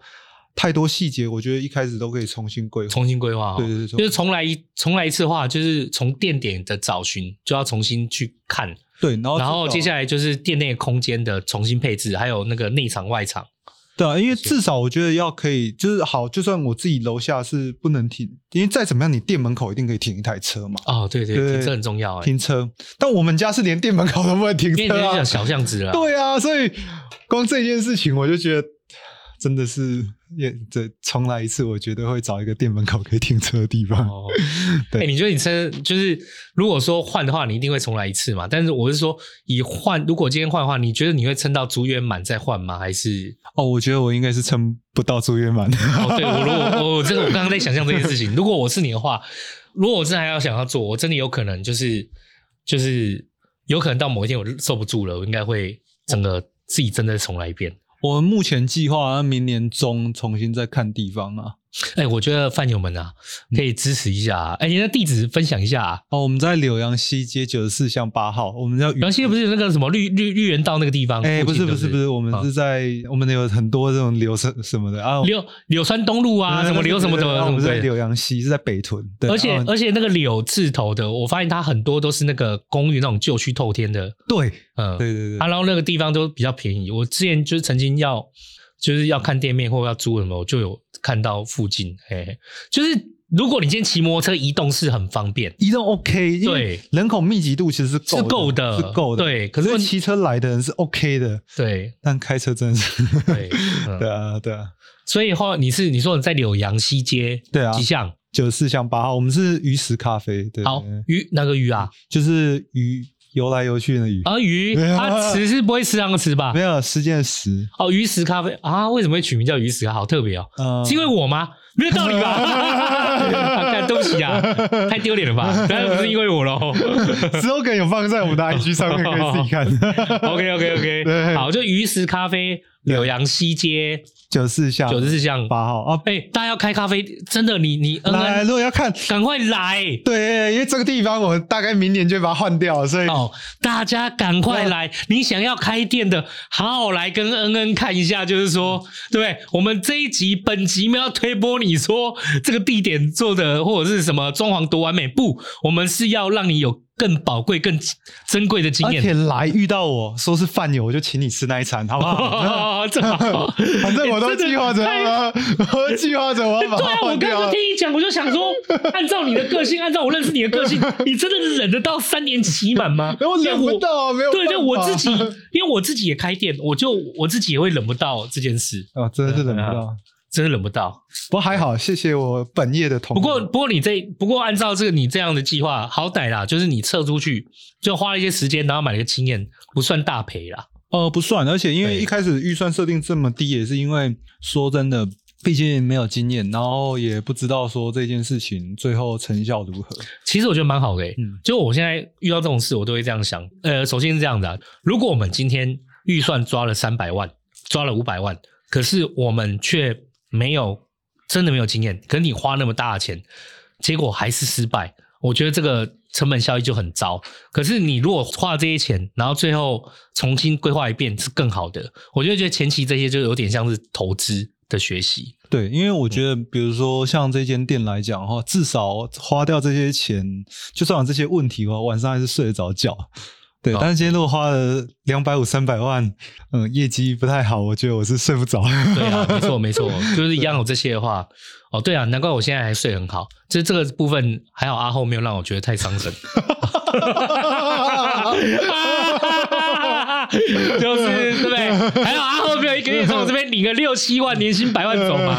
S2: 太多细节，我觉得一开始都可以重新规划。
S3: 重新规划哦。
S2: 对对对重
S3: 就是重来一重来一次的话，就是从店点的找寻就要重新去看，
S2: 对，然后
S3: 然后
S2: 至少
S3: 接下来就是店内空间的重新配置，还有那个内场外场。
S2: 对啊，因为至少我觉得要可以，就是好，就算我自己楼下是不能停，因为再怎么样，你店门口一定可以停一台车嘛，
S3: 哦，对对
S2: 对
S3: 对，这很重要哎，
S2: 停车。啊但我们家是连店门口都不能停
S3: 因为你
S2: 车啊
S3: 是，小巷子了。
S2: 对啊，所以光这件事情，我就觉得真的是也这重来一次，我绝对会找一个店门口可以停车的地方。
S3: 哦，
S2: 对
S3: 哎、你觉得你车就是如果说换的话，你一定会重来一次嘛？但是我是说，以换如果今天换的话，你觉得你会撑到租约满再换吗？还是
S2: 哦，我觉得我应该是撑不到租约 满。
S3: 哦，对我如果我这个我刚刚在想象这件 事情，如果我是你的话，如果我真的还要想要做，我真的有可能就是就是有可能到某一天我就受不住了，我应该会整个自己真的重来一遍。
S2: 我们目前计划明年中重新再看地方啊。
S3: 哎、我觉得饭友们啊，可以支持一下、啊。哎、你的地址分享一下、啊。
S2: 哦，我们在柳阳西街九十四巷八号，我们叫
S3: 然后现在不是有那个什么绿绿绿园道那个地方？
S2: 哎、
S3: 附
S2: 不
S3: 近
S2: 是不是
S3: 对
S2: 不是，我们是在、我们有很多这种流什什么的啊，
S3: 柳柳川东路啊，什么柳什么什么
S2: 嗯对对对对哦
S3: 什
S2: 我
S3: 么
S2: 们在
S3: 鬼
S2: 柳哦阳西是在北屯，对，
S3: 而且
S2: 然后
S3: 而且那个柳字头的，我发现它很多都是那个公寓那种旧区透天的，
S2: 对
S3: 嗯，
S2: 对对对，
S3: 啊，然后那个地方都比较便宜。我之前就是曾经要就是要看店面或要租什么，我就有看到附近，嘿嘿，就是如果你今天骑摩托车移动是很方便，
S2: 移动 OK，因为
S3: 对
S2: 人口密集度其实是
S3: 是够
S2: 够
S3: 的，
S2: 是够的，。
S3: 对，
S2: 可
S3: 可是
S2: 是
S3: 问
S2: 骑车来的人是 OK 的，
S3: 对
S2: 但开车真的是，
S3: 对嗯
S2: 对啊对啊，
S3: 所以后来你是你说你在柳阳西街
S2: 对啊
S3: 几巷？
S2: 九十四巷八号，我们是鱼食咖啡，对，
S3: 好
S2: 对对
S3: 鱼哪个鱼啊？
S2: 就是鱼游来游去的鱼，
S3: 啊鱼，
S2: 没有
S3: 它词是不会吃那个词吧
S2: 没？有时间的时，
S3: 哦，鱼食咖啡啊，为什么会取名叫鱼食？好特别哦，
S2: 嗯
S3: 是因为我吗？没有道理 吧？啊干对不起啊，太丢脸了 吧？当然不是因为我喽。
S2: slogan 有放在我们的 IG 上 面，可以自己看。
S3: OK OK OK，
S2: 对
S3: 好，就鱼食咖啡，柳阳西街
S2: 九十四巷
S3: 九十四巷。
S2: 八号啊，
S3: 哎，大家要开咖啡，真的，你你恩
S2: 来，
S3: 恩，
S2: 如果要看，
S3: 赶快来！
S2: 对，因为这个地方我大概明年就会把它换掉了，所以
S3: 哦，大家赶快
S2: 嗯
S3: 来！你想要开店的，好好来跟恩恩看一下，就是说，对不对我们这一集本集没有要推波你说这个地点做的或者是什么装潢多完美，不，我们是要让你有更宝贵、更珍贵的经
S2: 而且
S3: 验。
S2: 来遇到我说是饭友，我就请你吃那一餐， 好不啊好？
S3: 哦，这好
S2: 反正我都计划着
S3: 哎真的
S2: 了，我都计划着我要把
S3: 对
S2: 它
S3: 啊，我
S2: 换
S3: 刚
S2: 掉
S3: 刚
S2: 了
S3: 听。你讲，我就想 说，按照你的个性，按照我认识你的个性，你真的忍得到三年期满吗？
S2: 没有 我忍不到啊没有
S3: 对，就
S2: 办法
S3: 我自己， 因为我自己也开店，我就我自己也会忍不到这件事，
S2: 啊，真的是忍不
S3: 对
S2: 到。
S3: 真的忍不到。
S2: 不过还好，谢谢我本业的同
S3: 不
S2: 行。
S3: 过，不过你这不过按照这个你这样的计划，好歹啦，就是你撤出去，就花了一些时间，然后买了一个经验，不算大赔啦。
S2: 呃，不算，而且因为
S3: 对
S2: 一开始预算设定这么低，也是因为说真的，毕竟没有经验，然后也不知道说这件事情最后成效如何。
S3: 其实我觉得蛮好的、欸，
S2: 嗯
S3: 就我现在遇到这种事，我都会这样想。呃，首先是这样的、啊，如果我们今天预算抓了三百万，抓了五百万，可是我们却没有真的没有经验，可是你花那么大的钱，结果还是失败，我觉得这个成本效益就很糟。可是你如果花了这些钱，然后最后重新规划一遍是更好的，我就觉得前期这些就有点像是投资的学习。
S2: 对，因为我觉得，比如说像这间店来讲的话，至少花掉这些钱，就算有这些问题的话，晚上还是睡得着觉。对，
S3: 哦
S2: 但是今天如果花了两百五、三百万，嗯，业绩不太好，我觉得我是睡不着。
S3: 对啊，没错没错，就是一样有这些的话，哦，对啊，难怪我现在还睡很好，就是这个部分还好阿后没有让我觉得太伤神，就是对不对？还好阿后没有一个月从我这边领个六七万，年薪百万走嘛，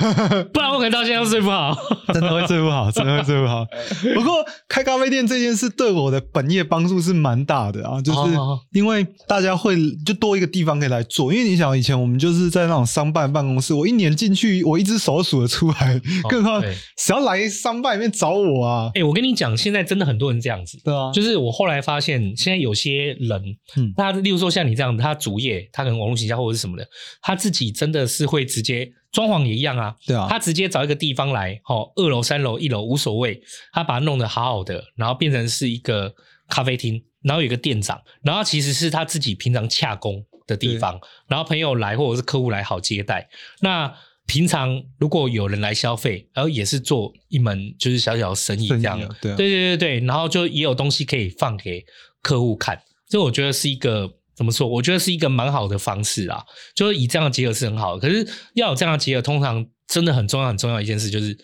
S3: 不然我可能到现在都睡不好。
S2: 真的会睡不好，真的会睡不 好。不过开咖啡店这件事对我的本业帮助是蛮大的啊，就是
S3: 哦
S2: 因为大家会就多一个地方可以来做。因为你想，以前我们就是在那种商办办公室，我一年进去，我一只手数得出来，更何况
S3: 哦对
S2: 谁要来商办里面找我啊？
S3: 哎、我跟你讲，现在真的很多人这样子，
S2: 对啊，
S3: 就是我后来发现，现在有些人，
S2: 嗯
S3: 他例如说像你这样，他主业，他可能网络形象或者是什么的，他自己真的是会直接装潢也一样啊，
S2: 对啊
S3: 他直接找一个地方来，哦，二楼、三楼、一楼无所谓，他把它弄得好好的，然后变成是一个咖啡厅，然后有一个店长，然后其实是他自己平常洽工的地方，然后朋友来或者是客户来好接待。那平常如果有人来消费，然后也是做一门就是小小的生意这
S2: 生意啊
S3: 样，
S2: 对啊
S3: 对对对对，然后就也有东西可以放给客户看，这我觉得是一个怎么说？我觉得是一个蛮好的方式啊，就是以这样的结合是很好的。可是要有这样的结合，通常真的很重要很重要的一件事就是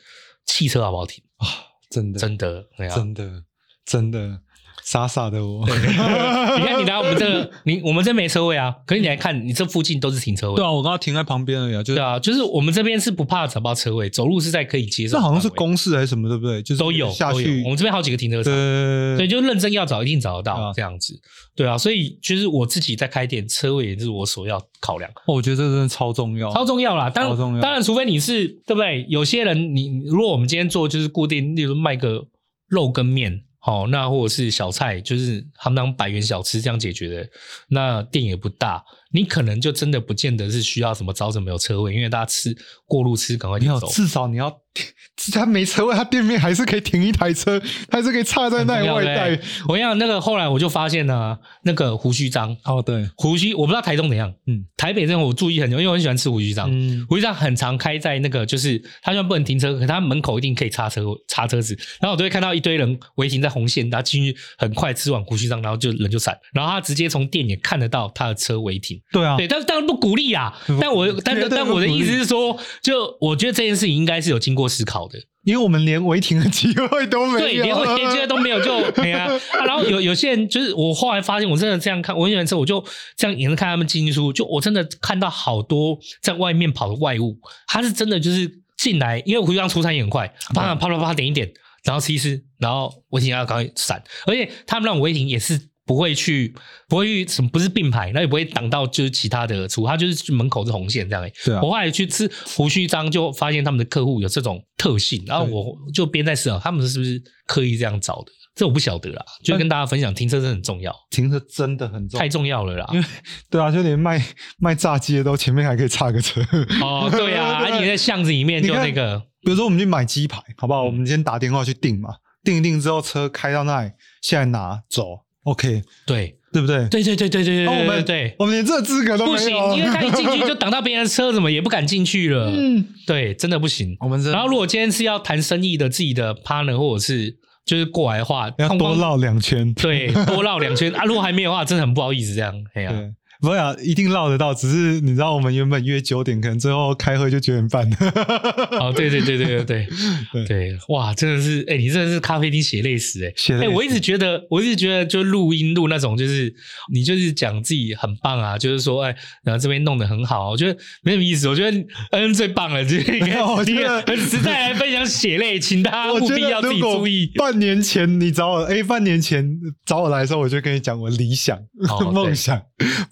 S3: 汽车好不好停？
S2: 啊，真的，
S3: 真的，对啊。
S2: 真的，真的，傻傻的我。
S3: 你看，你来我们这个，你我们这没车位啊，可是你来看，你这附近都是停车 位
S2: 对。啊，我刚刚停在旁边而已啊，就
S3: 对
S2: 是
S3: 啊，就是我们这边是不怕找不到车位，走路是在可以接受
S2: 这
S3: 的范围。
S2: 好像是公示还是什么，对不对？就是
S3: 都有
S2: 下
S3: 都有
S2: 去，
S3: 我们这边好几个停车场。
S2: 对
S3: 对，
S2: 对
S3: 就认真要找，一定找得到、
S2: 对啊
S3: 这样子，对啊，所以就是我自己在开店，车位也是我所要考量，
S2: 哦我觉得这真的超重要，
S3: 超重要啦。当
S2: 哦超重要
S3: 当然，除非你是对不对？有些人你如果我们今天做就是固定，例如卖个肉跟面，哦好、那或者是小菜，就是他们当百元小吃这样解决的，那店也不大，你可能就真的不见得是需要什么早怎么有车位，因为大家吃过路吃赶快
S2: 没
S3: 就
S2: 有，
S3: 走。
S2: 至少你要， 他没车位，他店面还是可以停一台车， 还是可以插在那里外带。
S3: 我想那个后来我就发现呢、那个胡须章，
S2: 哦，对，
S3: 胡须我不知道台东怎样，
S2: 嗯
S3: 台北这种我注意很久，因为我很喜欢吃胡须章。
S2: 嗯，
S3: 胡须章很常开在那个，就是他虽然不能停车，可他门口一定可以插车插车子。然后我就会看到一堆人违停在红线，然后进去很快吃完胡须章，然后就人就散。然后他直接从店也看得到他的车违停。
S2: 对啊，
S3: 对，但当然不鼓励啊
S2: 不。
S3: 但我 但
S2: 绝对
S3: 但
S2: 不
S3: 我的
S2: 鼓
S3: 意思
S2: 励
S3: 是说，就我觉得这件事情应该是有经过思考的。
S2: 因为我们连违停的机会都没有，
S3: 对，连我 连接都没有，就没啊。啊然后有有些人就是我后来发现，我真的这样看，我很喜欢车，我就这样也是看他们进进出出，就我真的看到好多在外面跑的外物，他是真的就是进来，因为胡须章出餐也很快，
S2: 嗯
S3: 啪啪啪啪点一点，然后吃一吃，然后违停要赶快闪，而且他们让违停也是。不会去，不会去什么，不是并排，那也不会挡到就是其他的出，他就是门口是红线这样、欸。
S2: 对啊
S3: 我后来去吃胡须章，就发现他们的客户有这种特性，然后我就边在思考，他们是不是刻意这样找的？这我不晓得啦，就跟大家分享，停车真的很重要，
S2: 停车真的很重
S3: 太
S2: 要。
S3: 重要了 啦
S2: 因。为对啊，就连卖卖炸鸡的都前面还可以插个车。
S3: 哦，对啊，而
S2: 对
S3: 且你在巷子里面就那个，
S2: 比如说我们去买鸡排，好不好？我们今天打电话去订嘛，订一订之后车开到那里，下来拿走，OK，
S3: 对，
S2: 对不对？
S3: 对对对对对对
S2: 那哦我
S3: 对对
S2: 们
S3: 对，
S2: 我们连这资格都
S3: 不
S2: 没
S3: 行，
S2: 有。
S3: 因为他一进去就挡到别人的车，怎么也不敢进去 了。
S2: 嗯，
S3: 对，真的不行。
S2: 我们这
S3: 然后如果今天是要谈生意的自己的 partner 或者是就是过来的话，
S2: 要
S3: 通
S2: 多
S3: 通
S2: 绕两圈。
S3: 对多绕两圈啊，如果还没有的话，真的很不好意思这样。哎呀、
S2: 对，不会啊，一定绕得到。只是你知道，我们原本约九点，可能最后开会就九点半。
S3: 哦，对对对对对对
S2: 对
S3: 对，哇，真的是，哎、你真的是咖啡厅血泪史哎、
S2: 血泪
S3: 哎、
S2: 史
S3: 我 一直觉得，我一直觉得，就录音录那种，就是你就是讲自己很棒啊，就是说，哎、然后这边弄得很好，我觉得没什么意思。我觉得恩最棒了，就是你
S2: 没有我
S3: 你
S2: 觉得
S3: 很实在来分享血泪，请大家
S2: 我
S3: 务
S2: 觉
S3: 必要
S2: 得
S3: 自
S2: 如
S3: 己
S2: 果
S3: 注意。
S2: 半年前你找我，哎，半年前找我来的时候，我就跟你讲我理想、
S3: 哦对
S2: 梦想。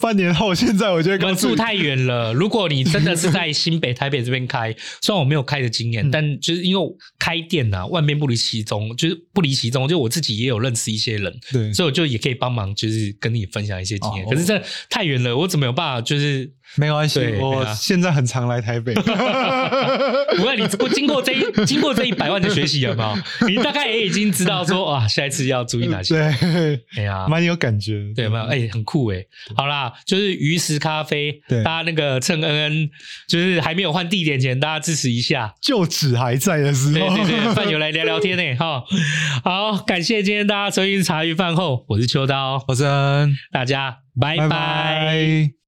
S2: 半年后，现在我就会
S3: 我
S2: 告
S3: 们
S2: 诉
S3: 住
S2: 你，
S3: 太远了。如果你真的是在新北、台北这边开，虽然我没有开的经验，
S2: 嗯
S3: 但就是因为我开店呐、啊，万变不离其宗，就是不离其宗。就我自己也有认识一些人，
S2: 对，
S3: 所以我就也可以帮忙，就是跟你分享一些经验。
S2: 哦
S3: 可是这太远了，我怎么有办法？就是
S2: 没关系
S3: 对，
S2: 我
S3: 对啊
S2: 现在很常来台 北。
S3: 不过你过经过这一经过这一百万的学习，有没有？你大概也已经知道说啊，下一次要注意哪些？
S2: 对，
S3: 哎呀，
S2: 蛮有感觉。
S3: 对，有没有？哎、很酷哎、好啦，就是鱼食咖啡，
S2: 对
S3: 大家那个趁恩恩就是还没有换地点前，大家支持一下。
S2: 旧址还在的时
S3: 对
S2: 候，
S3: 对对，饭友来聊聊天呢、哈。好，感谢今天大家收听茶余饭后，我是秋刀，
S2: 我真，
S3: 大家拜
S2: 拜
S3: 拜
S2: 拜。